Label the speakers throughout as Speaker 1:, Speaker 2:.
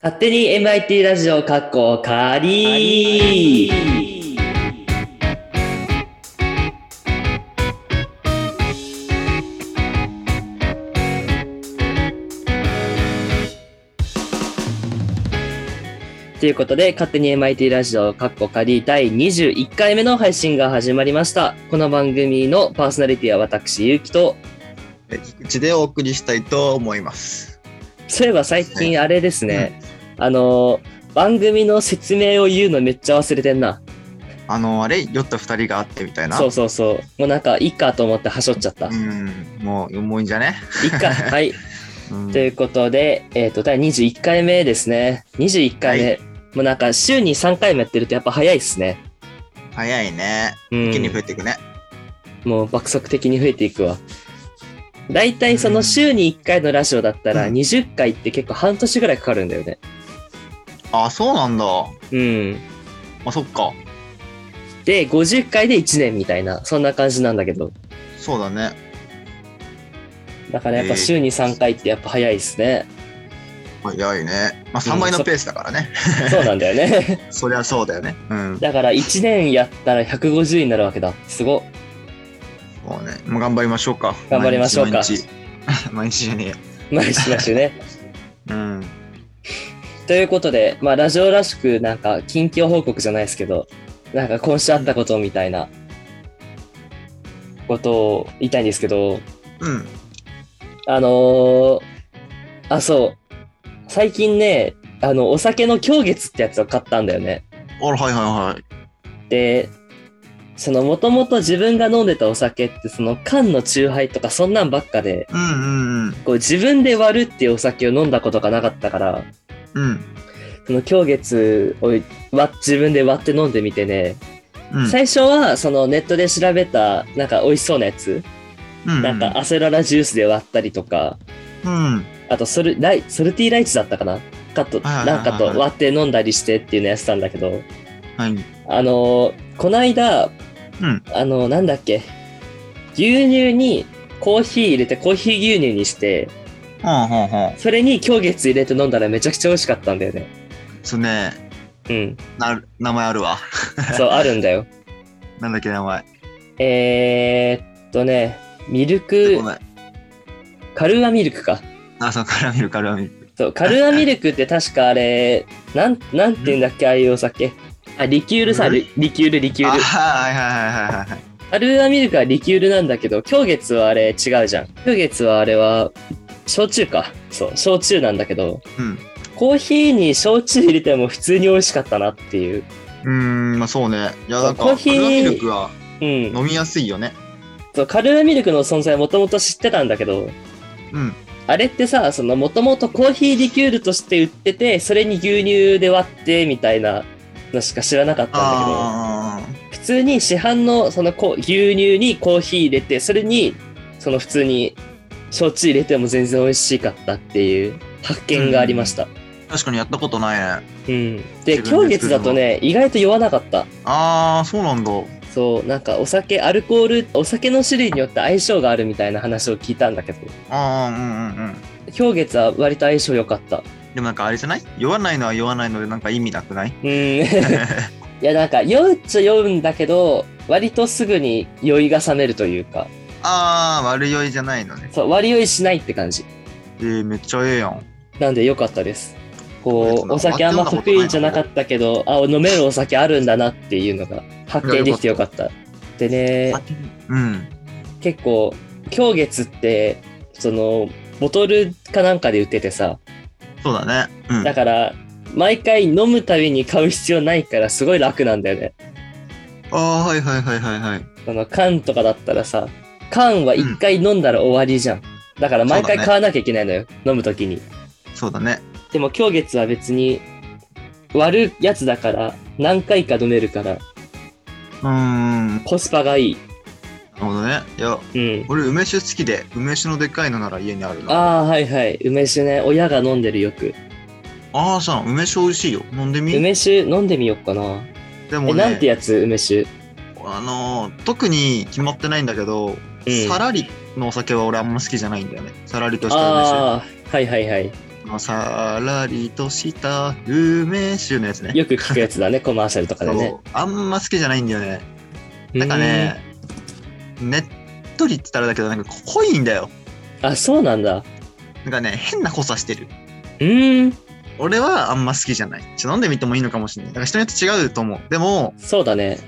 Speaker 1: 勝手に MIT ラジオかっこかりということで、勝手に MIT ラジオかっこかり第21回目の配信が始まりました。この番組のパーソナリティは私、ゆうきと、
Speaker 2: え菊池でお送りしたいと思います。
Speaker 1: そういえば最近あれですね、あの、番組の説明を言うのめっちゃ忘れてんな。
Speaker 2: あの、あれ酔った二人があってみたいな。
Speaker 1: そうそうそう。もうなんか、いいかと思ってはしょっちゃった。い
Speaker 2: うん、もう重いんじゃね。
Speaker 1: いか。 はい。
Speaker 2: うん
Speaker 1: ということで、えっ、と、第21回目ですね。21回目。
Speaker 2: は
Speaker 1: もうなんか、週に3回もやってるとやっぱ早いですね。
Speaker 2: 早いね。
Speaker 1: う
Speaker 2: 一気に増
Speaker 1: ん。
Speaker 2: えていくね。
Speaker 1: もう爆速的に増えていくわ。だいたいその週に1回のラジオだったら
Speaker 2: うん
Speaker 1: 20回って結構半年ぐらいかかるんだよね。
Speaker 2: あ、そうなんだ。
Speaker 1: うん。
Speaker 2: あ、そっか。
Speaker 1: で、50回で1年みたいな、そんな感じなんだけど。
Speaker 2: そうだね。
Speaker 1: だからやっぱ週に3回ってやっぱ早いですね。
Speaker 2: 早いね。まあ、3倍のペースだからね。
Speaker 1: そうなんだよね。
Speaker 2: そりゃそうだよね。うん。
Speaker 1: だから1年やったら150になるわけだ。す ごっ。
Speaker 2: そうね。もう頑張りましょうか。
Speaker 1: 頑張りましょうか
Speaker 2: 毎日。毎日 毎日じゃねえや。
Speaker 1: 毎週毎週ね。
Speaker 2: うん。
Speaker 1: ということで、まあ、ラジオらしく、なんか、近況報告じゃないですけど、なんか、今週あったことみたいな、ことを言いたいんですけど、
Speaker 2: うん。
Speaker 1: あのーあ、そう。最近ね、あの、お酒の狂月ってやつを買ったんだよね。
Speaker 2: あら、はいはいはい。
Speaker 1: で、その、もともと自分が飲んでたお酒って、その、缶の酎ハイとか、そんなんばっかで、
Speaker 2: うんうん
Speaker 1: こう、自分で割るっていうお酒を飲んだことがなかったから、
Speaker 2: うん。
Speaker 1: その、狂月を割自分で割って飲んでみてね、
Speaker 2: うん。
Speaker 1: 最初はそのネットで調べたなんか美味しそうなやつ、
Speaker 2: うん。
Speaker 1: なんか、アセララジュースで割ったりとか
Speaker 2: うん。
Speaker 1: あとソルライソルティーライチだったかなかと
Speaker 2: はいはいはい
Speaker 1: なんかと割って飲んだりしてっていうのやってたんだけど
Speaker 2: はい。
Speaker 1: あのーこの間
Speaker 2: うん。
Speaker 1: あのーなんだっけ牛乳にコーヒー入れてコーヒー牛乳にして
Speaker 2: ほんほんほん。
Speaker 1: それに狂月入れて飲んだらめちゃくちゃ美味しかったんだよね
Speaker 2: そうね。
Speaker 1: うん
Speaker 2: な、名前あるわ。
Speaker 1: そうあるんだよ
Speaker 2: なんだっけ、名前。
Speaker 1: えー、っとねミルク
Speaker 2: ごめん。
Speaker 1: カルーアミルクか
Speaker 2: あ、そう、カラミル、カラミル。
Speaker 1: そう、カルアミルクって確かあれ、なん、なんて言うんだっけ、ああいうお酒。あ、リキュールさ、
Speaker 2: うん
Speaker 1: リリキュール、リキュ
Speaker 2: あ、
Speaker 1: ール。
Speaker 2: はいはいはいはいはい。
Speaker 1: カルアミルクはリキュールなんだけど、狂月はあれ違うじゃん。狂月はあれは、焼酎か。そう、焼酎なんだけど、
Speaker 2: うん。
Speaker 1: コーヒーに焼酎入れても普通に美味しかったなっていう。
Speaker 2: うーん、まあそうね。いや、なんか、
Speaker 1: コー
Speaker 2: カラ
Speaker 1: ヒー
Speaker 2: ミルクは
Speaker 1: うん。
Speaker 2: 飲みやすいよね。
Speaker 1: そう、カルアミルクの存在もともと知ってたんだけど、
Speaker 2: うん。
Speaker 1: あれってさ、そのもともとコーヒーリキュールとして売ってて、それに牛乳で割ってみたいなのしか知らなかったんだけど、
Speaker 2: あ
Speaker 1: 普通に市販のそのこう牛乳にコーヒー入れてそれにその普通に焼酎入れても全然美味しかったっていう発見がありました、
Speaker 2: ー、確かにやったことないね。
Speaker 1: うんで
Speaker 2: 自
Speaker 1: 今
Speaker 2: 分で
Speaker 1: 月だとね意外と酔わなかった
Speaker 2: あー、そうなんだ。う
Speaker 1: そうなんかお酒アルコールお酒の種類によって相性があるみたいな話を聞いたんだけど
Speaker 2: あー、うんうんうん。
Speaker 1: 今月は割と相性良かった
Speaker 2: でもなんかあれじゃない酔わないのは酔わないのでなんか意味なくない
Speaker 1: うんいやなんか酔うっちゃ酔うんだけど割とすぐに酔いが覚めるというか
Speaker 2: あー、悪酔いじゃないのね。
Speaker 1: そう割り酔いしないって感じ
Speaker 2: えー、めっちゃええやん。
Speaker 1: なんで良かったです。こ
Speaker 2: そう
Speaker 1: う、
Speaker 2: で
Speaker 1: お
Speaker 2: すね
Speaker 1: 酒あんま得意じゃなかったけど、あ、飲めるお酒あるんだなっていうのが発見できてよかった。でね、
Speaker 2: うん。
Speaker 1: 結構、今月って、その、ボトルかなんかで売っててさ、
Speaker 2: そうだね。うん
Speaker 1: だ。から、毎回飲むたびに買う必要ないからすごい楽なんだよね。
Speaker 2: あー、はいはいはいはいはい。
Speaker 1: その缶とかだったらさ、缶は一回飲んだら終わりじゃん。だから毎回
Speaker 2: そうだね
Speaker 1: 買わなきゃいけないのよ、飲むときに。
Speaker 2: そうだね。
Speaker 1: でも今月は別に割るやつだから何回か飲めるから
Speaker 2: うーん。な
Speaker 1: コスパがいい。
Speaker 2: るほどね。いや、
Speaker 1: うん。
Speaker 2: 俺梅酒好きで梅酒のでっかいのなら家にあるな
Speaker 1: ああ、はいはい。梅酒ね。親が飲んでるよく。
Speaker 2: ああさん梅酒美味しいよ飲んでみ
Speaker 1: 梅酒飲んでみようかな。
Speaker 2: で
Speaker 1: え、
Speaker 2: も
Speaker 1: なんて
Speaker 2: ね
Speaker 1: やつ梅酒。
Speaker 2: あのー特に決まってないんだけど、
Speaker 1: うん
Speaker 2: さらりのお酒は俺あんま好きじゃないんだよねさらりとした梅
Speaker 1: ああ、はいはいはい。
Speaker 2: 酒このさらりとした夢酒のやつね。
Speaker 1: よく聞くやつだね、コマーシャルとかでね
Speaker 2: そ。うあんま好きじゃないんだよね。なんかね、ねっとりって言ったらだけど、なんか濃いんだよ。
Speaker 1: うん。あ、そうなんだ。
Speaker 2: なんかね、変な濃さしてる。
Speaker 1: うーん、
Speaker 2: 俺はあんま好きじゃない。ちょ飲んでみてもいいのかもしれない。だから人によって違うと思う。でも、
Speaker 1: そうだね。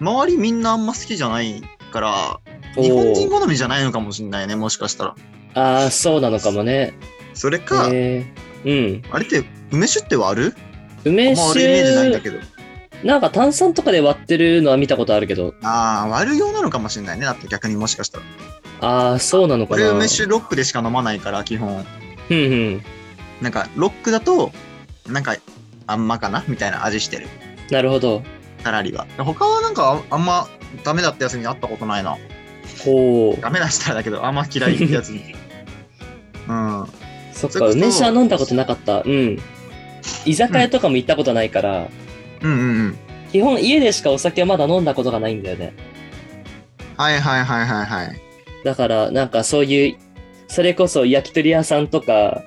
Speaker 2: 周りみんなあんま好きじゃないから、
Speaker 1: お
Speaker 2: 日本人
Speaker 1: お。
Speaker 2: 好みじゃないのかもしれないね、もしかしたら。
Speaker 1: ああ、そうなのかもね。
Speaker 2: それか、
Speaker 1: えー、うん。
Speaker 2: あれって梅酒って割るあん
Speaker 1: 梅
Speaker 2: ま俺イメージないんだ
Speaker 1: 酒、
Speaker 2: けど。
Speaker 1: なんか炭酸とかで割ってるのは見たことあるけど。
Speaker 2: ああ、割る用なのかもしれないね。だって逆にもしかしたら。
Speaker 1: ああ、そうなのか
Speaker 2: 俺
Speaker 1: な。
Speaker 2: 梅酒ロックでしか飲まないから、基本。
Speaker 1: うんうん。
Speaker 2: なんか、ロックだと、なんか、あんまかなみたいな味してる。
Speaker 1: なるほど。
Speaker 2: たらりは。他はなんかあ、あんまダメだってやつに会ったことないな。
Speaker 1: ほう。
Speaker 2: ダメだしたらだけど、あんま嫌いってや つに。うん。
Speaker 1: そっ
Speaker 2: そ
Speaker 1: か、
Speaker 2: れこそ
Speaker 1: 梅酒は飲んだことなかった。うん。居酒屋とかも行ったことないから、
Speaker 2: うんうんうん。
Speaker 1: 基本家でしかお酒はまだ飲んだことがないんだよね。
Speaker 2: はいはいはいはいはい。
Speaker 1: だから、なんかそういう、それこそ焼き鳥屋さんとか、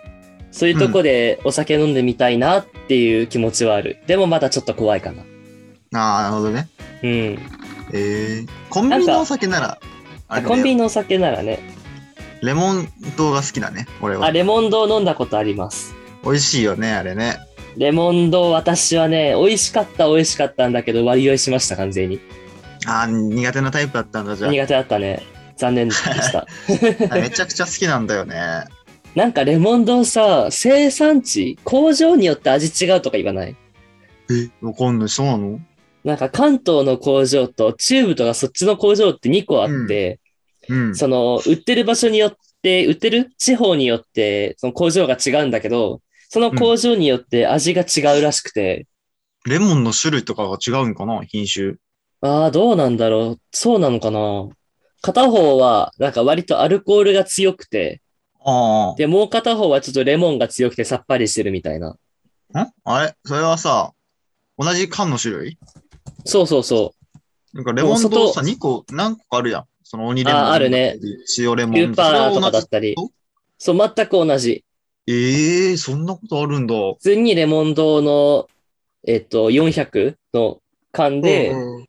Speaker 1: そういうとこでお酒飲んでみたいなっていう気持ちはある。でもまだちょっと怖いかな。
Speaker 2: ああ、なるほどね。
Speaker 1: うん。
Speaker 2: えー、コンビニのお酒なら、あれだよ
Speaker 1: コンビニのお酒ならね。
Speaker 2: レモン糖が好きだね、俺
Speaker 1: あ、
Speaker 2: は。
Speaker 1: レモンド飲んだことあります。
Speaker 2: 美味しいよね、あれね。
Speaker 1: レモンド私はね、美味しかった美味しかったんだけど割り酔いしました、完全に。
Speaker 2: ああ、苦手なタイプだったんだ、じゃあ。
Speaker 1: 苦手だったね。残念でした。
Speaker 2: めちゃくちゃ好きなんだよね。
Speaker 1: なんかレモンドさ、生産地、工場によって味違うとか言わない
Speaker 2: え、わかんない、そうなの
Speaker 1: なんか関東の工場と中部とかそっちの工場って2個あって、
Speaker 2: うん。
Speaker 1: その売ってる場所によって、売ってる地方によってその工場が違うんだけど、その工場によって味が違うらしくて、
Speaker 2: レモンの種類とかが違うんかな、品種。
Speaker 1: ああ、どうなんだろう。そうなのかな。片方はなんか割とアルコールが強くて、
Speaker 2: あ
Speaker 1: で、もう片方はちょっとレモンが強くてさっぱりしてるみたいな。
Speaker 2: あ。んあれそれはさ、同じ缶の種類
Speaker 1: そうそうそう。
Speaker 2: なんかレモン
Speaker 1: もう
Speaker 2: と
Speaker 1: 外
Speaker 2: さ、2個、何個かあるやん。その鬼レモン。
Speaker 1: ああるね。
Speaker 2: 塩レモン。
Speaker 1: キューパーラーとかだっ
Speaker 2: そ
Speaker 1: たり
Speaker 2: 同じ。
Speaker 1: そう、全く同じ。
Speaker 2: れは同じえー、そんなことあるんだ。
Speaker 1: 普通にレモン堂の、えっと、400の缶で、
Speaker 2: うんうん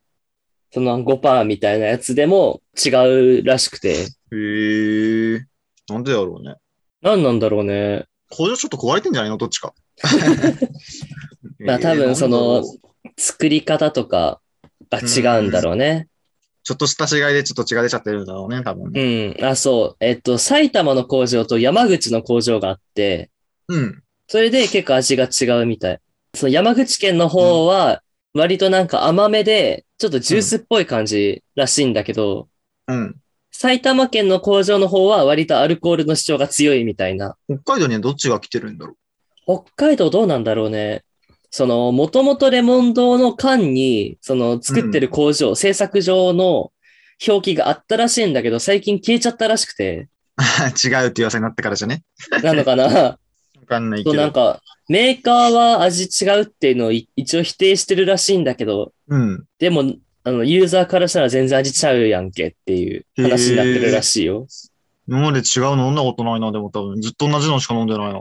Speaker 1: その5%みたいなやつでも違うらしくて。
Speaker 2: えー、なんでだろうね。
Speaker 1: 何なんだろうね。
Speaker 2: 工場ちょっと壊れてんじゃないのどっちか。
Speaker 1: まあ多分その
Speaker 2: なんだろう
Speaker 1: 作り方とかが違うんだろうね。
Speaker 2: ちょっとした違いでちょっと血が出ちゃってるんだろうね、多分
Speaker 1: う
Speaker 2: ね。
Speaker 1: ん。あ、そう。えっと、埼玉の工場と山口の工場があって、
Speaker 2: うん。
Speaker 1: それで結構味が違うみたい。その山口県の方は、割となんか甘めで、ちょっとジュースっぽい感じらしいんだけど、
Speaker 2: うん。
Speaker 1: 埼玉県の工場の方は割とアルコールの主張が強いみたいな。
Speaker 2: 北海道にはどっちが来てるんだろ
Speaker 1: 北海道どうなんだろうね。その、もともとレモン堂の缶に、その作ってる工場、製作所の表記があったらしいんだけど、最近消えちゃったらしくて、
Speaker 2: う 違うって噂になってからじゃね。
Speaker 1: なのかな
Speaker 2: わかんない
Speaker 1: そ
Speaker 2: け
Speaker 1: うなん
Speaker 2: ど。
Speaker 1: か、メーカーは味違うっていうのをい一応否定してるらしいんだけど、
Speaker 2: うん。
Speaker 1: でも、あの、ユーザーからしたら全然味ちゃうやんけっていう話になってるらしいよ。
Speaker 2: 今まで違うの飲んだことないな、でも多分。ずっと同じのしか飲んでないな。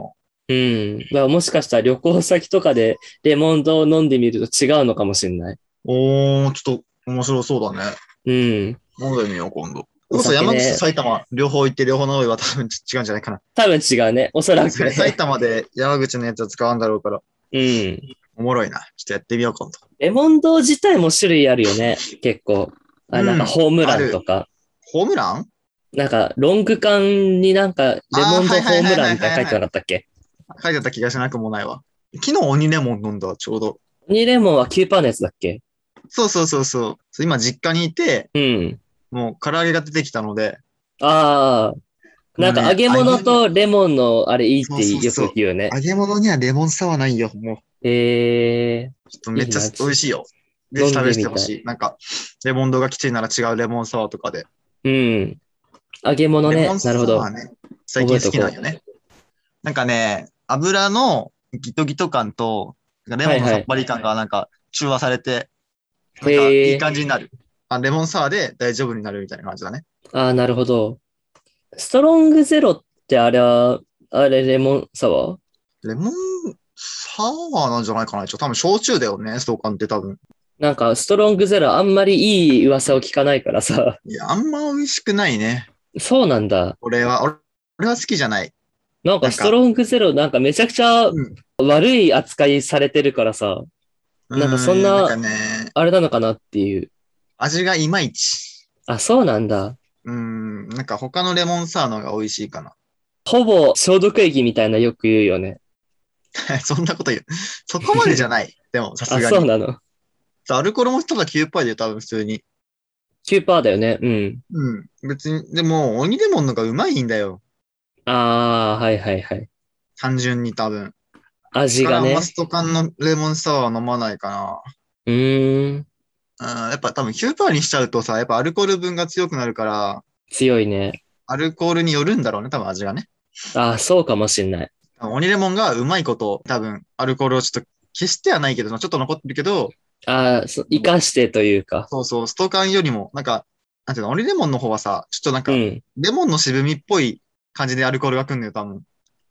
Speaker 1: うん。だからもしかしたら旅行先とかでレモンドを飲んでみると違うのかもしれない。
Speaker 2: おー、ちょっと面白そうだね。
Speaker 1: うん。
Speaker 2: 飲んでみよう、今度。
Speaker 1: お
Speaker 2: こそ
Speaker 1: 酒ね
Speaker 2: 山口と埼玉、両方行って両方飲めば多分違うんじゃな いかな。
Speaker 1: 多分違うね。おそらく
Speaker 2: 埼
Speaker 1: ね。
Speaker 2: 玉で山口のやつは使うんだろうから、
Speaker 1: うん。
Speaker 2: おもろいな。ちょっとやってみよう、今度。
Speaker 1: レモンド自体も種類あるよね。結構。あ、なんか
Speaker 2: うん
Speaker 1: ホームランとか。
Speaker 2: ホームラン
Speaker 1: なんかロング缶になんかレモンドホームランみたいなの書いてなかったっけ
Speaker 2: 書いてあった気がしなくもないわ。昨日鬼レモン飲んだわ、ちょうど。
Speaker 1: 鬼レモンは9%のやつだっけ
Speaker 2: そうそうそうそう。そう今実家にいて、
Speaker 1: うん。
Speaker 2: もう唐揚げが出てきたので。
Speaker 1: ああ。なんか揚げ物とレモンのあれいいってよく言うよね。
Speaker 2: 揚げ物にはレモンサワーないよ、も
Speaker 1: ええ
Speaker 2: う。ちょっとめっちゃ
Speaker 1: いいな
Speaker 2: 美味しいよ。
Speaker 1: 飲ん
Speaker 2: ぜひ
Speaker 1: でみたい
Speaker 2: 試してほしい。なんか、レモンドがきついなら違うレモンサワーとかで。
Speaker 1: ー。うん。揚げ物
Speaker 2: レ
Speaker 1: ね
Speaker 2: モン。サ
Speaker 1: なるほど
Speaker 2: ワー。ね。最近好きなんよね。なんかね、油のギトギト感と、なんかレモンのさっぱり感がなんか中和されて、
Speaker 1: はい
Speaker 2: なんか
Speaker 1: へー
Speaker 2: いい感じになる。あレモンサワーで大丈夫になるみたいな感じだね。
Speaker 1: ああ、なるほど。ストロングゼロってあれは、あれレモンサワー
Speaker 2: レモンサワーなんじゃないかな一応多分焼酎だよね、ストーカンって多分。
Speaker 1: なんか、ストロングゼロあんまりいい噂を聞かないからさ。
Speaker 2: いや、あんま美味しくないね。
Speaker 1: そうなんだ。
Speaker 2: 俺は、俺俺は好きじゃない。
Speaker 1: なん
Speaker 2: なんか
Speaker 1: かストロングゼロなんかめちゃくちゃ
Speaker 2: うん
Speaker 1: 悪い扱いされてるからさ、なんかそんな
Speaker 2: うなんかね、
Speaker 1: あれなのかなっていう。
Speaker 2: 味がいまいち。
Speaker 1: あ、そうなんだ。
Speaker 2: うん、なんか他のレモンサワーの方が美味しいかな。
Speaker 1: ほぼ消毒液みたいなよく言うよね。
Speaker 2: そんなこと言う。そこまでじ ゃない。でも、さす
Speaker 1: あ、
Speaker 2: が
Speaker 1: そう
Speaker 2: に。
Speaker 1: なの。
Speaker 2: アルコールもただ9%で多分普通に。
Speaker 1: 9%だよね。うん。
Speaker 2: うん。別に、でも、鬼レモンの方がうまいんだよ。
Speaker 1: あー、はいはいはい。
Speaker 2: 単純に多分。
Speaker 1: 味
Speaker 2: だか
Speaker 1: が
Speaker 2: ら
Speaker 1: ね
Speaker 2: マ。スト缶のレモンサワーは飲まないか
Speaker 1: うーん。
Speaker 2: な。うん、やっぱ多分9%にしちゃうとさ、やっぱアルコール分が強くなるから、
Speaker 1: 強いね。
Speaker 2: アルコールによるんだろうね、多分味がね。
Speaker 1: あー、そうかもしんない。
Speaker 2: 鬼レモンがうまいこと、多分アルコールをちょっと消してはないけど、ちょっと残ってるけど、
Speaker 1: あー、そ生かしてというか。
Speaker 2: そうそう、ストーカーよりも、なんか、なんていうの、鬼レモンの方はさ、ちょっとなん
Speaker 1: う
Speaker 2: か、
Speaker 1: ん。
Speaker 2: レモンの渋みっぽい感じでアルコールがくんのよ、多分。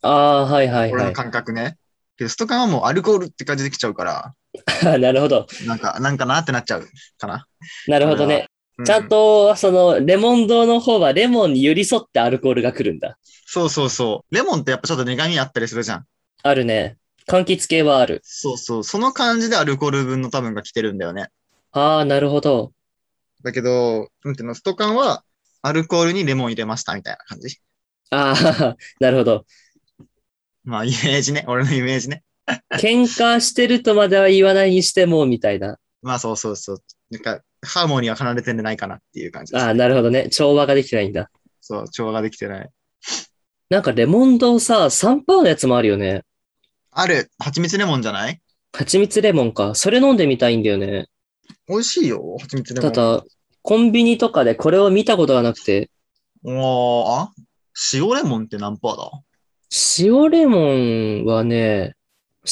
Speaker 1: あー、はいはい
Speaker 2: 俺
Speaker 1: は
Speaker 2: の
Speaker 1: い。
Speaker 2: 感覚ね。けど、ストカンはもうアルコールって感じできちゃうから、
Speaker 1: なるほど。
Speaker 2: なんか、なんかなってなっちゃうかな。
Speaker 1: なるほど
Speaker 2: これ
Speaker 1: ね
Speaker 2: は。う
Speaker 1: ちゃん。と、その、レモン堂の方はレモンに寄り添ってアルコールが来るんだ。
Speaker 2: そうそうそう。レモンってやっぱちょっと苦味あったりするじゃん。
Speaker 1: あるね。柑橘系はある。
Speaker 2: そうそう。その感じでアルコール分の多分が来てるんだよね。
Speaker 1: ああ、なるほど。
Speaker 2: だけど、なんていうの、ストカンはアルコールにレモン入れましたみたいな感じ。
Speaker 1: ああ、 なるほど。
Speaker 2: まあ、イメージね。俺のイメージね。
Speaker 1: 喧嘩してるとまでは言わないにしても、みたいな。
Speaker 2: まあ、そうそうそう。なんか、ハーモニーは奏でてないかなっていう感じです
Speaker 1: ああ、なるほどね。調和ができてないんだ。
Speaker 2: そう、調和ができてない。
Speaker 1: なんかレモン堂さ、3%のやつもあるよね。
Speaker 2: ある、蜂蜜レモンじゃない
Speaker 1: 蜂蜜レモンか。それ飲んでみたいんだよね。
Speaker 2: 美味しいよ、蜂蜜レ
Speaker 1: た
Speaker 2: モン。
Speaker 1: だ、コンビニとかでこれを見たことがなくて、
Speaker 2: おーあ塩レモンって何パーだ
Speaker 1: 塩レモンはね、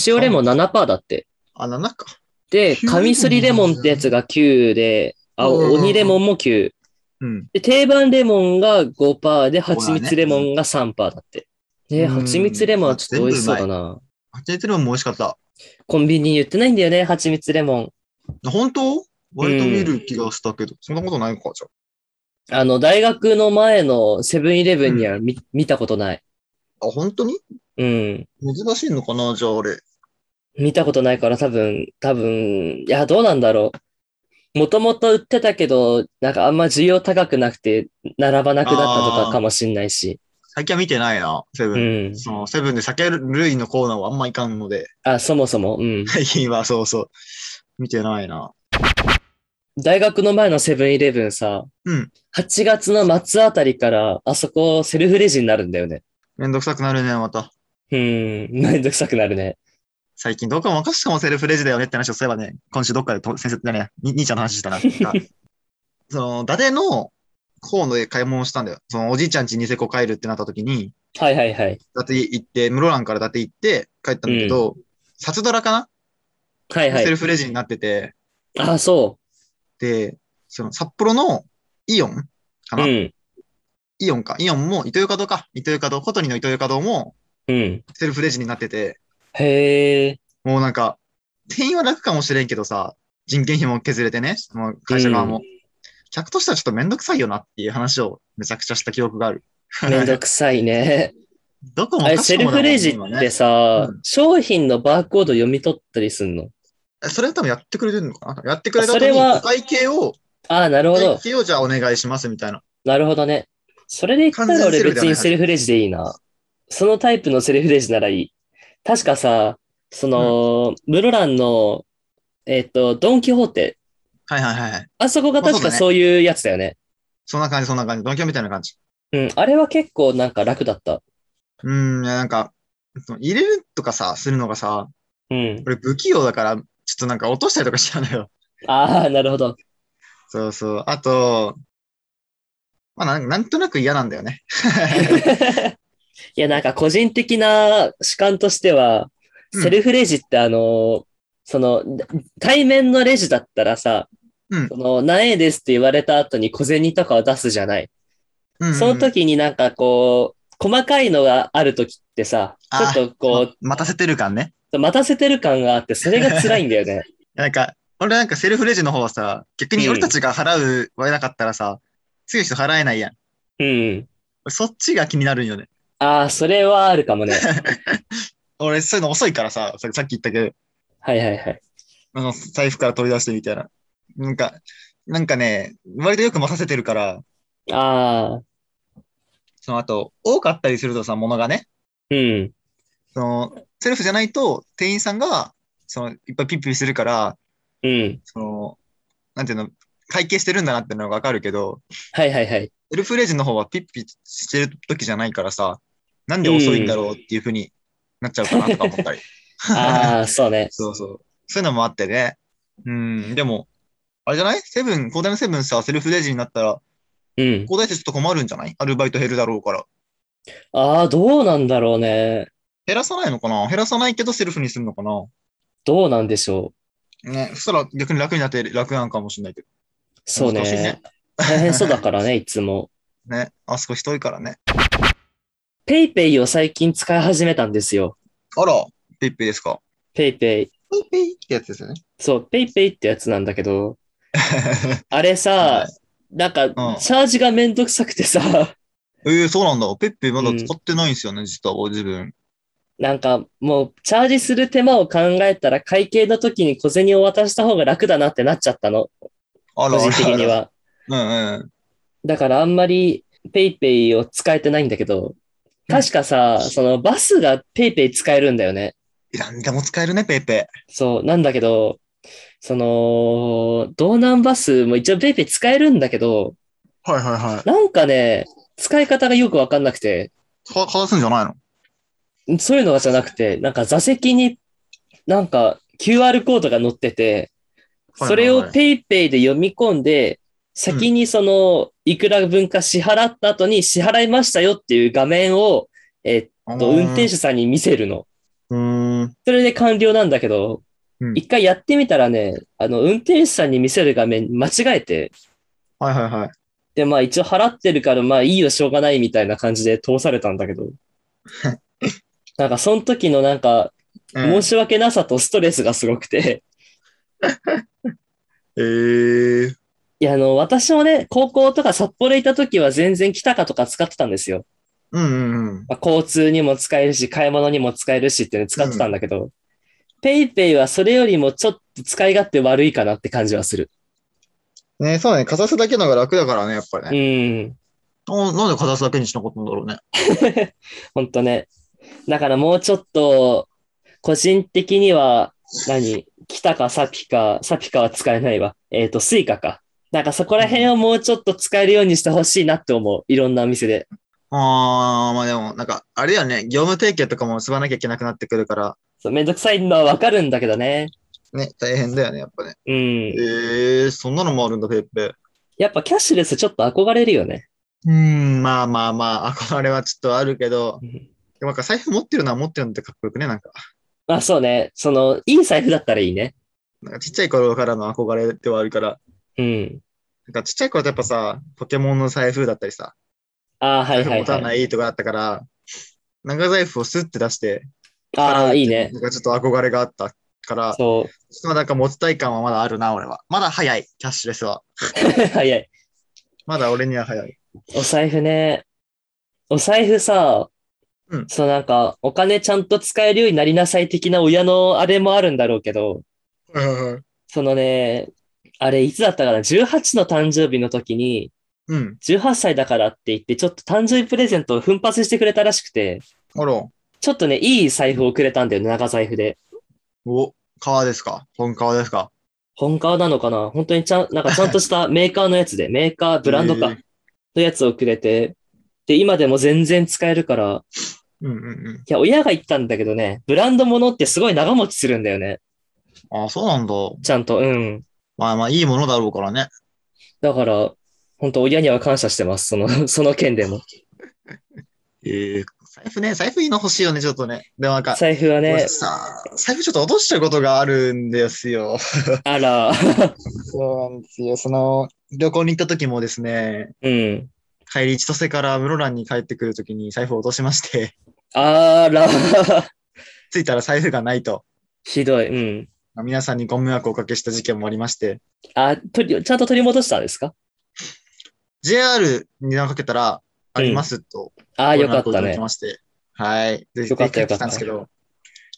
Speaker 1: 塩レモン7%だって。
Speaker 2: あ、7か。
Speaker 1: で、
Speaker 2: 九
Speaker 1: カミソリレモンってやつが9で、あ、
Speaker 2: うん
Speaker 1: 鬼レモンも9。
Speaker 2: うん。
Speaker 1: で、定番レモンが5%で、
Speaker 2: だね
Speaker 1: 蜂蜜レモンが3%だって。ね、
Speaker 2: うん
Speaker 1: 蜂蜜レモンはちょっと美味しそうだな。
Speaker 2: 蜂蜜レモンも美味しかった。
Speaker 1: コンビニに売ってないんだよね、蜂蜜レモン。
Speaker 2: 本当割と見る気がしたけど、そんなことないか、じゃ
Speaker 1: あの、大学の前のセブンイレブンには見,、見たことない。
Speaker 2: あ。あ、本当に
Speaker 1: うん。
Speaker 2: 珍しいのかな、じゃあ俺。
Speaker 1: 見たことないから多分、多分、いや、どうなんだろう。もともと売ってたけど、なんかあんま需要高くなくて、並ばなくなったとかかもしんないし。
Speaker 2: 最近は見てないな、セ
Speaker 1: う
Speaker 2: ブン。
Speaker 1: ん。
Speaker 2: そのセブンで酒類のコーナーはあんまいかんので、
Speaker 1: あ、そもそも、うん。
Speaker 2: 最近はそうそう、見てないな。
Speaker 1: 大学の前のセブンイレブンさ、
Speaker 2: うん
Speaker 1: 8月の末あたりから、あそこセルフレジになるんだよね。
Speaker 2: めんどくさくなるね、また。
Speaker 1: うん、めんどくさくなるね。
Speaker 2: 最近どこもかしこもセルフレジだよねって話をすればね、今週どっかでと先生だね、に兄ちゃんの話 したな。その、伊達の方の買い物をしたんだよ。そのおじいちゃん家ニセコ帰るってなった時に、
Speaker 1: はいはいはい。
Speaker 2: 伊達行って、室蘭から伊達行って帰ったんだけど、札ドラかな、
Speaker 1: はいは
Speaker 2: セル
Speaker 1: い。
Speaker 2: フレジになってて、
Speaker 1: あ、そ
Speaker 2: で、その札幌のイオンか
Speaker 1: う。う
Speaker 2: な、
Speaker 1: ん、
Speaker 2: イオンか。イオンも、イヨカドか。イヨカド、コトニのイヨカドも
Speaker 1: うん。
Speaker 2: セルフレジになってて、
Speaker 1: へえ。
Speaker 2: もうなんか、店員は楽かもしれんけどさ、人件費も削れてね、もう会社側も。客としてはちょっとめんどくさいよなっていう話をめちゃくちゃした記憶がある。
Speaker 1: めんどくさいね。
Speaker 2: どこも
Speaker 1: あれ、
Speaker 2: かし
Speaker 1: セ
Speaker 2: こ
Speaker 1: ル
Speaker 2: もだも
Speaker 1: フ
Speaker 2: んね
Speaker 1: レジってさ、
Speaker 2: う
Speaker 1: 商品のバーコード読み取ったりすんの
Speaker 2: 今ねそれ多分やってくれてるのかなやってくれ
Speaker 1: あ
Speaker 2: た
Speaker 1: そ
Speaker 2: 後に
Speaker 1: れは
Speaker 2: お会計を、
Speaker 1: あ、なる
Speaker 2: お
Speaker 1: ほ
Speaker 2: 会
Speaker 1: ど。
Speaker 2: 計をじゃあお願いしますみたいな。
Speaker 1: なるほどね。それで言ったら
Speaker 2: 完全
Speaker 1: 俺
Speaker 2: セルフ
Speaker 1: 別
Speaker 2: だね
Speaker 1: にセルフレジでいいな。そのタイプのセルフレジならいい。確かさ、その、室蘭の、えっと、ドンキホーテ。
Speaker 2: はいはいはいはい。
Speaker 1: あそこが
Speaker 2: あ
Speaker 1: 確
Speaker 2: そうだ
Speaker 1: か
Speaker 2: ね
Speaker 1: そういうやつだよね。
Speaker 2: そんな感じそんな感じ。ドンキョみたいな感じ。
Speaker 1: うん、あれは結構なんか楽だった。
Speaker 2: うーん、なんか、その入れるとかさ、するのがさ、
Speaker 1: うん。
Speaker 2: 俺不器用だから、ちょっとなんか落としたりとかしちゃうのよ。
Speaker 1: ああ、なるほど。
Speaker 2: そうそう。あと、まあなんなんとなく嫌なんだよね。
Speaker 1: いや、なんか個人的な主観としては、
Speaker 2: うん
Speaker 1: セルフレジってあのー、その、対面のレジだったらさ、
Speaker 2: うん
Speaker 1: その、何円ですって言われた後に小銭とかを出すじゃない。
Speaker 2: うんうん
Speaker 1: その時になんかこう、細かいのがあるときってさ、
Speaker 2: あ
Speaker 1: ちょっとこ
Speaker 2: 待たせてる感ね。
Speaker 1: う、待たせてる感があって、それが辛いんだ よね。
Speaker 2: なんか、俺なんかセルフレジの方はさ、逆に俺たちが払う割なかったらさ、次の人払えないやん。
Speaker 1: うん。
Speaker 2: そっちが気になるんよね。
Speaker 1: ああ、それはあるか もね。
Speaker 2: 俺そういうの遅いからさ、ささっき言ったけど、
Speaker 1: はいはいはい。
Speaker 2: あの財布から取り出してみたいな。なんか、なんかね、割とよく待たせてるから、
Speaker 1: ああ、
Speaker 2: その後、多かったりするとさ、物がね、
Speaker 1: うん。
Speaker 2: その、セルフじゃないと、店員さんが、その、いっぱいピッピするから、
Speaker 1: うん。
Speaker 2: その、なんていうの、会計してるんだなってのがわかるけど、
Speaker 1: はいはい はい。
Speaker 2: セルフレジの方はピッピしてる時じゃないからさ、なんで遅いんだろうっていうふうになっちゃうかなとか思ったり。
Speaker 1: ああ、そうね。
Speaker 2: そうそう。そういうのもあってね。うん、でも、あれじゃないセブン、広大のセブンさ、セルフレジになったら、
Speaker 1: うん。
Speaker 2: 広大ってちょっと困るんじゃないアルバイト減るだろうから。
Speaker 1: ああ、どうなんだろうね。
Speaker 2: 減らさないのかな減らさないけどセルフにするのかな
Speaker 1: どうなんでしょ
Speaker 2: ね、そしたら逆に楽になって楽なんかもしれないけど。
Speaker 1: う。そうね。
Speaker 2: 難しいね
Speaker 1: 大変そうだから ね、いつも。
Speaker 2: ね、あそこ人多いからね。
Speaker 1: ペイペイを最近使い始めたんですよ。
Speaker 2: あら、ペイペイですか。
Speaker 1: ペイペイ。
Speaker 2: ペイペイってやつです よね。
Speaker 1: そう、ペイペイってやつなんだけど、あれさ
Speaker 2: は、
Speaker 1: なんか、チャージがめんどくさく てさ、
Speaker 2: ええそうなんだ。ペイペイまだ使ってないんですよね、実は自分。
Speaker 1: なんかもう、チャージする手間を考えたら、会計の時に小銭を渡した方が楽だなってなっちゃったの、
Speaker 2: あら、
Speaker 1: 個人的に
Speaker 2: あ
Speaker 1: は。
Speaker 2: ら。うんうん。
Speaker 1: だからあんまりペイペイを使えてないんだけど、確かさ、そのバスがペイペイ使えるんだよね。
Speaker 2: 何でも使えるね、ペイペ
Speaker 1: そう、なんだけど、その、道南バスも一応ペイペイ使えるんだけど、
Speaker 2: イ。はいはいはい。
Speaker 1: なんかね、使い方がよくわかんなくて、
Speaker 2: か、かざすんじゃないの
Speaker 1: そういうのがじゃなくて、なんか座席になんか QR コードが載ってて、
Speaker 2: はいはいはい
Speaker 1: それを PayPay で読み込んで、先にその、いくら分か支払った後に支払いましたよっていう画面を、えっと、運転手さんに見せるの。
Speaker 2: うーん。
Speaker 1: それで完了なんだけど
Speaker 2: う、ん
Speaker 1: 一回やってみたらね、あの、運転手さんに見せる画面間違えて、
Speaker 2: はいはいはい。
Speaker 1: で、まあ一応払ってるから、まあいいよ、しょうがないみたいな感じで通されたんだけ ど。なんかその時のなんか、
Speaker 2: うん
Speaker 1: 申し訳なさとストレスがすごくて。
Speaker 2: えー、
Speaker 1: いや、あの、私もね、高校とか札幌行った時は全然北かとか使ってたんですよ。
Speaker 2: うんうんうん。
Speaker 1: まあ、交通にも使えるし、買い物にも使えるしっていうの使ってたんだけど、ペイペイはそれよりもちょっと使い勝手悪いかなって感じはする。
Speaker 2: ねそうだね。かざすだけのが楽だからね、やっぱり
Speaker 1: う
Speaker 2: ね。
Speaker 1: ん。
Speaker 2: ななんでかざすだけにしなかったんだろうね。
Speaker 1: ほんとね。だからもうちょっと、個人的には、何、北かサピか、サピかは使えないわ。えっ、と、スイカか。なんかそこら辺をもうちょっと使えるようにしてほしいなって思う。いろんなお店で。
Speaker 2: あー、まあでも、なんか、あれやね、業務提携とかも結ばなきゃいけなくなってくるから、
Speaker 1: そう、めんどくさいのはわかるんだけどね。
Speaker 2: ね、大変だよね、やっぱね。
Speaker 1: うん。
Speaker 2: えー、そんなのもあるんだ、ペイペイ。
Speaker 1: やっぱキャッシュレスちょっと憧れるよね。
Speaker 2: うーん、まあまあまあ、憧れはちょっとあるけど、
Speaker 1: うん
Speaker 2: でもなんか財布持ってるのは持ってるのってかっこよくね、なんか。
Speaker 1: まあそうね。その、いい財布だったらいいね。
Speaker 2: なんかちっちゃい頃からの憧れではあるから、
Speaker 1: うん。
Speaker 2: なんかちっちゃい頃ってやっぱさ、ポケモンの財布だったりさ、
Speaker 1: ああ、は
Speaker 2: 財
Speaker 1: い
Speaker 2: 布
Speaker 1: はい
Speaker 2: 持た
Speaker 1: は。
Speaker 2: ないいとかだったから、長財布をスッて出して、
Speaker 1: あ
Speaker 2: 払うっ
Speaker 1: あ、
Speaker 2: て
Speaker 1: いいね。
Speaker 2: なんかちょっと憧れがあったから、ちょ
Speaker 1: そ
Speaker 2: っとなんか持ちたい感はまだあるな、俺は。まだ早い、キャッシュレスは。
Speaker 1: う。 早い。
Speaker 2: まだ俺には早い。
Speaker 1: お財布ね。お財布さ、
Speaker 2: うん
Speaker 1: そうなんか、お金ちゃんと使えるようになりなさい的な親のあれもあるんだろうけど、そのね、あれ、いつだったかな ?18 の誕生日の時に、
Speaker 2: うん。
Speaker 1: 18歳だからって言って、ちょっと誕生日プレゼントを奮発してくれたらしくて、
Speaker 2: あら、
Speaker 1: ちょっとね、いい財布をくれたんだよね、長財布で。
Speaker 2: お、革ですか本革ですか
Speaker 1: 本革なのかな本当にちゃん、なんかち ゃんとしたメーカーのやつで、メーカー、ブランド
Speaker 2: え
Speaker 1: か
Speaker 2: ー、
Speaker 1: のやつをくれて、で、今でも全然使えるから、
Speaker 2: うんうんうん。
Speaker 1: いや、親が言ったんだけどね、ブランド物ってすごい長持ちするんだよね、
Speaker 2: あ、そうなんだ。
Speaker 1: ちゃんと、うん。
Speaker 2: まあまあ、いいものだろうからね。
Speaker 1: だから、本当親には感謝してます、その、 その件でも。
Speaker 2: えー、財布ね、財布いいの欲しいよね、ちょっとね。でもなんか、
Speaker 1: 財布はね
Speaker 2: 俺、さ、財布ちょっと落としちゃうことがあるんですよ。
Speaker 1: あら、
Speaker 2: そうなんですよ。その、旅行に行った時もですね、
Speaker 1: うん、
Speaker 2: 帰り、千歳から室蘭に帰ってくるときに財布を落としまして、
Speaker 1: あら、
Speaker 2: 着いたら財布がないと、
Speaker 1: ひどい。うん。
Speaker 2: まあ皆さんにご迷惑をおかけした事件もありまして、
Speaker 1: あ、取り、ちゃんと取り戻したんですか
Speaker 2: JR に電話かけたら、ありますと、
Speaker 1: ああ、
Speaker 2: ご
Speaker 1: よか
Speaker 2: 連
Speaker 1: っ
Speaker 2: 絡をい
Speaker 1: た
Speaker 2: だ
Speaker 1: ね
Speaker 2: き。まして、はい。で、
Speaker 1: よかった
Speaker 2: で帰てきたんですけ
Speaker 1: よ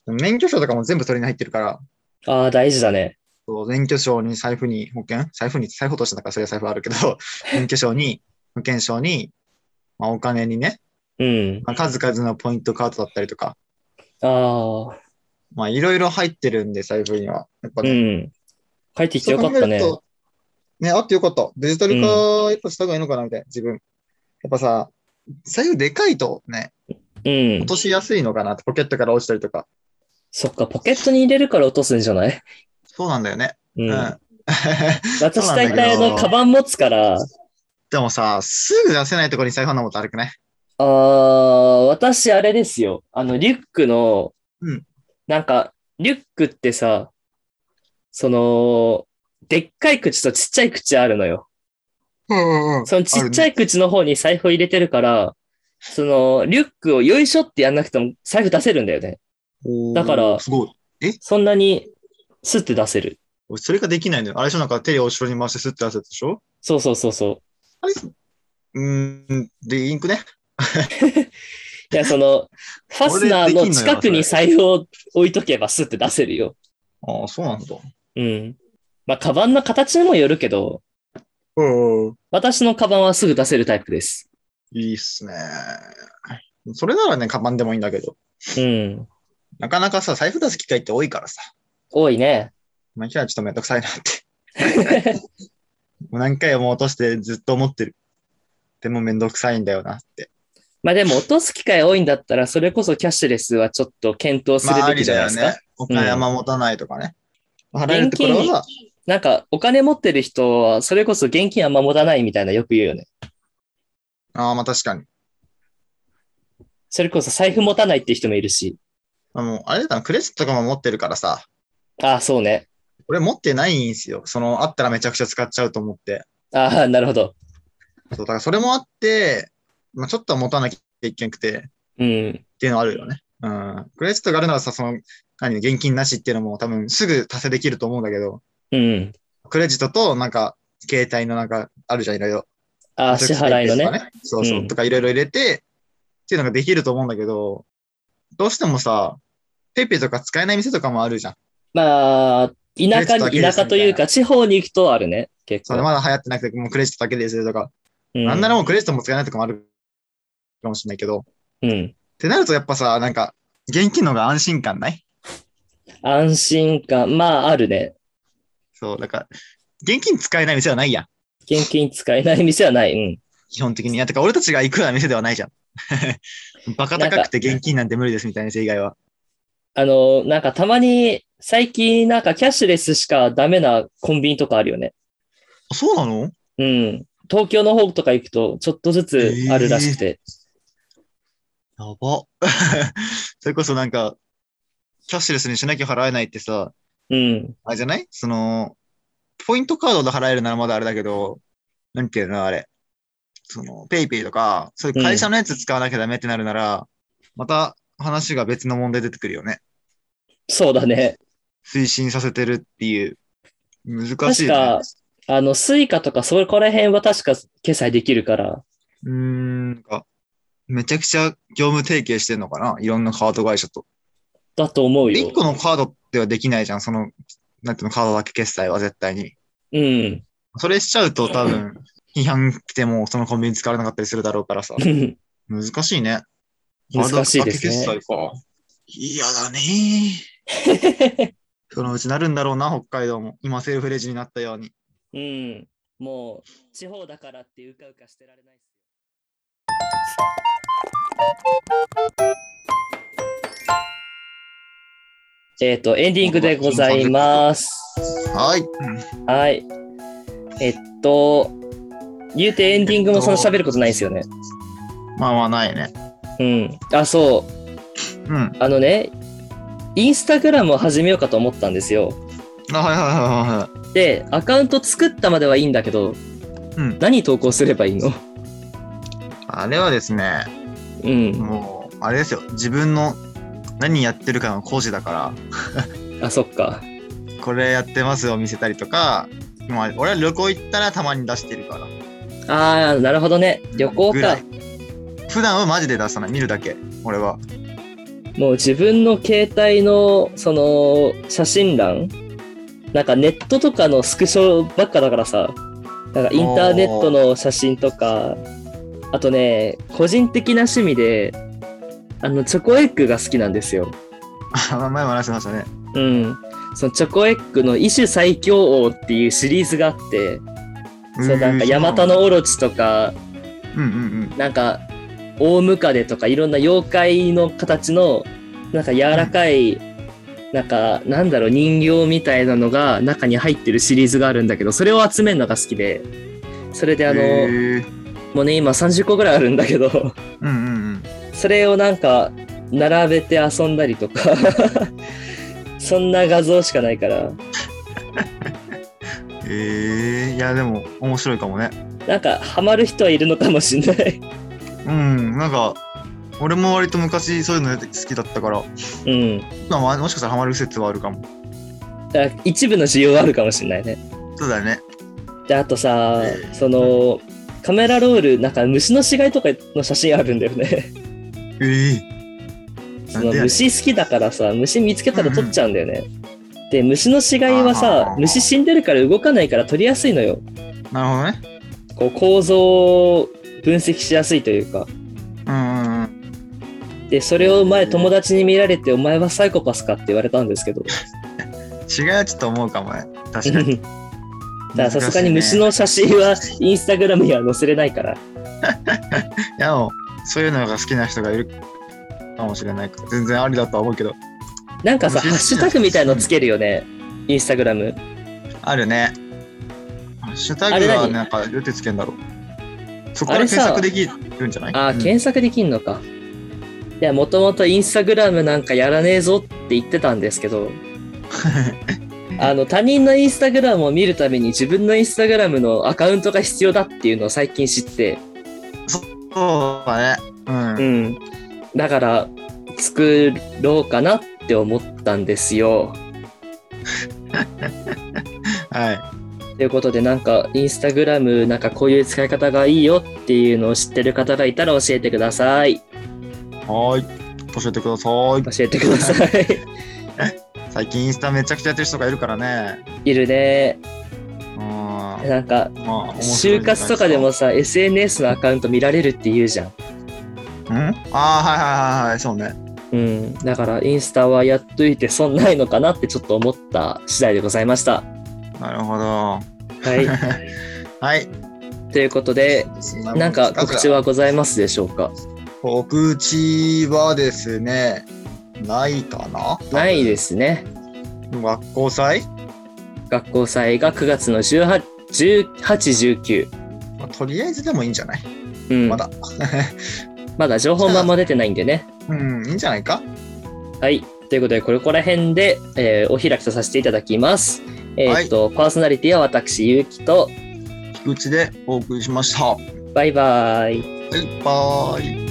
Speaker 2: ど、免許証とかも全部取りに入ってるから、
Speaker 1: ああ、大事だね。
Speaker 2: そう免許証に財布に保険、財布に、財布落としたんだからそれは財布ある けど、免許証に、保険証に、まあ、お金にね、
Speaker 1: うん。
Speaker 2: まあ、数々のポイントカードだったりとか、
Speaker 1: ああ、
Speaker 2: まあいろいろ入ってるんで、財布には。やっぱ
Speaker 1: う
Speaker 2: ね、
Speaker 1: ん。帰ってきて
Speaker 2: そう
Speaker 1: よか
Speaker 2: 考
Speaker 1: っ
Speaker 2: え
Speaker 1: た
Speaker 2: る
Speaker 1: ね。
Speaker 2: とね、あってよかった。デジタル化、やっぱした方がいいのかな、みたいな、自分。やっぱさ、財布でかいとね、
Speaker 1: うん
Speaker 2: 落。としやすいのかなって、ポケットから落ちたりとか。
Speaker 1: そっか、ポケットに入れるから落とすんじゃない
Speaker 2: そうなんだよね。
Speaker 1: う。
Speaker 2: うんん。
Speaker 1: 私
Speaker 2: そうなんだ
Speaker 1: 大
Speaker 2: けど
Speaker 1: 体あの、カバン持つから、
Speaker 2: でもさ、すぐ出せないところに財布のもと歩くね。
Speaker 1: ああ、私あれですよ。あの、リュックの、
Speaker 2: うん
Speaker 1: なんか、リュックってさ、その、でっかい口とちっちゃい口あるのよ。
Speaker 2: うんうん
Speaker 1: そのちっちゃい口の方に財布を入れてるから、その、リュックをよいしょってやんなくても財布出せるんだよね。
Speaker 2: うん
Speaker 1: だから
Speaker 2: すごい。
Speaker 1: そんなに、スッて出せる。
Speaker 2: 俺それができないのよ。あれでしょなんか手を後ろに回してスッて出せたでしょ
Speaker 1: そうそうそうそう。
Speaker 2: あれうーん、で、インクね。
Speaker 1: いや、そ の、ファスナーの近くに財布を置いとけばスッて出せるよ。
Speaker 2: ああ、そうなんだ。
Speaker 1: うん。まあ、カバンの形にもよるけど、
Speaker 2: うん。
Speaker 1: 私のカバンはすぐ出せるタイプです。
Speaker 2: いいっすね。それならね、カバンでもいいんだけど。
Speaker 1: うん。
Speaker 2: なかなかさ、財布出す機会って多いからさ。
Speaker 1: 多いね。
Speaker 2: まあ、じゃあちょっとめんどくさいなって。 もう何回も落としてずっと思ってる。でもめんどくさいんだよなって。
Speaker 1: まあでも落とす機会多いんだったら、それこそキャッシュレスはちょっと検討する
Speaker 2: まあ、あ
Speaker 1: べき
Speaker 2: り
Speaker 1: じゃ
Speaker 2: だ
Speaker 1: ないで
Speaker 2: よ
Speaker 1: すか。
Speaker 2: ね。お金は持たないとかね。払えるところは、
Speaker 1: なんか、お金持ってる人は、それこそ現金あんま持たないみたいなよく言うよね。
Speaker 2: ああ、まあ確かに。
Speaker 1: それこそ財布持たないって人もいるし。
Speaker 2: あの、あれだな、クレジットとかも持ってるからさ。
Speaker 1: ああ、そうね。
Speaker 2: 俺持ってないんですよ。その、あったらめちゃくちゃ使っちゃうと思って。
Speaker 1: ああ、なるほど。
Speaker 2: そう、だからそれもあって、まあ、ちょっとは持たなきゃいけなくて、っ
Speaker 1: うん。
Speaker 2: ていうのはあるよね。うん。クレジットがあるならさ、その、何、現金なしっていうのも多分すぐ達成できると思うんだけど、
Speaker 1: うん。
Speaker 2: クレジットとなんか、携帯のなんか、あるじゃん、いろいろ。
Speaker 1: ああ、支払いの
Speaker 2: と
Speaker 1: ね。
Speaker 2: か。そうそう、
Speaker 1: うん
Speaker 2: とかいろいろ入れて、っていうのができると思うんだけど、どうしてもさ、ペイペイとか使えない店とかもあるじゃん。
Speaker 1: まあ、田舎
Speaker 2: クレジットだ
Speaker 1: に、田
Speaker 2: けですみたいな
Speaker 1: 舎というか、地方に行くとあるね、結
Speaker 2: そ
Speaker 1: 構。
Speaker 2: れまだ流行ってなくて、もうクレジットだけですとか、
Speaker 1: うん
Speaker 2: なんならもうクレジットも使えないとかもあるかもしれないけど、
Speaker 1: うん。
Speaker 2: ってなるとやっぱさ、なんか、現金の方が安心感ない
Speaker 1: 安心感、まあ、あるね。
Speaker 2: そう、だから、現金使えない店はないやん。
Speaker 1: 現金使えない店はない。うん。
Speaker 2: 基本的に。いや、てか俺たちが行くような店ではないじゃん。 バカ高くて現金なんて無理ですみたいな店以外は。
Speaker 1: あの、なんかたまに、最近なんかキャッシュレスしかダメなコンビニとかあるよね。
Speaker 2: そうなの
Speaker 1: うん。東京の方とか行くと、ちょっとずつあるらしくて。
Speaker 2: やば。 それこそなんか、キャッシュレスにしなきゃ払えないってさ、
Speaker 1: うん。
Speaker 2: あれじゃないその、ポイントカードで払えるならまだあれだけど、なんていうのあれ。その、ペイペイとか、そういう会社のやつ使わなきゃダメってなるなら、また話が別の問題出てくるよね。
Speaker 1: そうだね。
Speaker 2: 推進させてるっていう。難し
Speaker 1: 確
Speaker 2: い、ね
Speaker 1: か。、あの、スイカとかそこら辺は確か決済できるから。
Speaker 2: うーん。なんかめちゃくちゃ業務提携してんのかないろんなカード会社と。
Speaker 1: だと思うよ
Speaker 2: 1。個のカードではできないじゃん。その、なんていうの、カードだけ決済は絶対に。
Speaker 1: うん。
Speaker 2: それしちゃうと多分、批判来てもそのコンビニ使われなかったりするだろうからさ。難しいね。
Speaker 1: 難しいです
Speaker 2: カー
Speaker 1: ね。
Speaker 2: ドだけ決済か。嫌だねそのうちなるんだろうな、北海道も。今、セルフレジになったように。
Speaker 1: うん。もう、地方だからってうかうかしてられないっすよ。えっ、と、エンディングでございます。
Speaker 2: はい。
Speaker 1: はい。えっと、言うてエンディングもそんな喋ることないですよね。
Speaker 2: まあまあ、ないね。
Speaker 1: うん。あ、そう。
Speaker 2: うん。
Speaker 1: あのね、インスタグラムを始めようかと思ったんですよ。
Speaker 2: あ、はいはいはいはいはい。
Speaker 1: で、アカウント作ったまではいいんだけど、
Speaker 2: うん
Speaker 1: 何投稿すればいいの
Speaker 2: あれはですね、
Speaker 1: うん。
Speaker 2: もう、あれですよ。自分の何やってるかの講師だから、
Speaker 1: あ、そっか。
Speaker 2: これやってますを見せたりとか、まあ、俺は旅行行ったらたまに出してるから。
Speaker 1: ああ、なるほどね。旅行
Speaker 2: ぐら
Speaker 1: か
Speaker 2: い。。普段はマジで出さない。見るだけ。俺は。
Speaker 1: もう自分の携帯の、その、写真欄なんかネットとかのスクショばっかだからさ、なんかインターネットの写真とか、あとね、個人的な趣味で、あの、チョコエッグが好きなんですよ。
Speaker 2: あ前も話してましたね。
Speaker 1: うん。そのチョコエッグの異種最強王っていうシリーズがあって、そうなんかヤマタのオロチとか、
Speaker 2: うんうんうん。
Speaker 1: なんか大ムカデとかいろんな妖怪の形のなんか柔らかい、なんかなんだろう人形みたいなのが中に入ってるシリーズがあるんだけどそれを集めるのが好きでそれであ
Speaker 2: へ
Speaker 1: の
Speaker 2: ー
Speaker 1: もうね今30個ぐらいあるんだけど
Speaker 2: うんうん
Speaker 1: それをなんか並べて遊んだりとか そんな画像しかないから
Speaker 2: うん。えー、いや、でも、面白いかもね。
Speaker 1: なんかハマる人はいるのかもしれない
Speaker 2: うん、なんか、俺も割と昔そういうの好きだったから、
Speaker 1: うん
Speaker 2: まあまあ、もしかしたらハマる説はあるかも。
Speaker 1: だから一部の需要はあるかもしれないね
Speaker 2: そうだね。
Speaker 1: であとさ
Speaker 2: ええ
Speaker 1: そのカメラロールなんか虫の死骸とかの写真あるんだよね
Speaker 2: ええ
Speaker 1: そ
Speaker 2: なん
Speaker 1: の
Speaker 2: でやねん
Speaker 1: 虫好きだからさ虫見つけたら撮っちゃうんだよね、で虫の死骸は
Speaker 2: あ
Speaker 1: さ
Speaker 2: ー
Speaker 1: 虫死んでるから動かないから撮りやすいのよ
Speaker 2: なるほどね。
Speaker 1: こう構造を分析しやすいというか
Speaker 2: うんうんうん。
Speaker 1: でそれを
Speaker 2: え
Speaker 1: 前
Speaker 2: え
Speaker 1: 友達に見られて「お前はサイコパスか?」って言われたんです けど
Speaker 2: 違うちょっと思うかもね。確 かに。
Speaker 1: だからさすがに
Speaker 2: 難
Speaker 1: 虫
Speaker 2: しいね
Speaker 1: の写真はインスタグラムには載せれないから
Speaker 2: いや、もうそういうのが好きな人がいるかもしれないから全然ありだとは思うけど。
Speaker 1: なん かさハッシュタグみたいのつけるよねインスタグラム
Speaker 2: あるね。ハッシュタ
Speaker 1: あ
Speaker 2: グ
Speaker 1: れ
Speaker 2: は
Speaker 1: 何
Speaker 2: なんか、どうやってつけんだろう。そこか
Speaker 1: あ
Speaker 2: ら
Speaker 1: れさ
Speaker 2: 検索できるんじゃない
Speaker 1: ああ、
Speaker 2: うん
Speaker 1: 検索できんのか。いや、もともとインスタグラムなんかやらねえぞって言ってたんですけ ど、あの、他人のインスタグラムを見るために自分のインスタグラムのアカウントが必要だっていうのを最近知って、
Speaker 2: そうだね。うん。
Speaker 1: うん。だから、作ろうかなって思ったんですよ。
Speaker 2: は
Speaker 1: ということで、なんか、インスタグラム、なんかこういう使い方がいいよっていうのを知ってる方がいたら教えてください。
Speaker 2: い。はーい。教えてください。
Speaker 1: 教えてくださ い。
Speaker 2: 最近インスタめちゃくちゃやってる人がいるからね。
Speaker 1: いるね。
Speaker 2: うん。ま
Speaker 1: なんか、
Speaker 2: あ、
Speaker 1: 就活とかで
Speaker 2: 面
Speaker 1: もさ SNS のアカウント見られるって言うじゃん、
Speaker 2: 白いんじゃないですか。うんああ、はいはいはいはい。そうね。
Speaker 1: うん、だからインスタはやっといて損ないのかなってちょっと思った次第でございました
Speaker 2: なるほど。
Speaker 1: は
Speaker 2: はい。
Speaker 1: い ということ でなんか告知はございますでしょうか
Speaker 2: 告知はですね、ないかな
Speaker 1: ないですね
Speaker 2: 学校祭、
Speaker 1: 学校祭が9月の1819
Speaker 2: まあとりあえずでもいいんじゃない、
Speaker 1: うん、
Speaker 2: まだ。
Speaker 1: まだ情報版も出てないんでね
Speaker 2: うん、いいんじゃないか
Speaker 1: はい。ということで、これこら辺で、えーお開きとさせていただきます。えーっと、パーソナリティは私、ゆうきと、
Speaker 2: 菊池でお送りしました。バ
Speaker 1: バイバイ。
Speaker 2: イバーイ。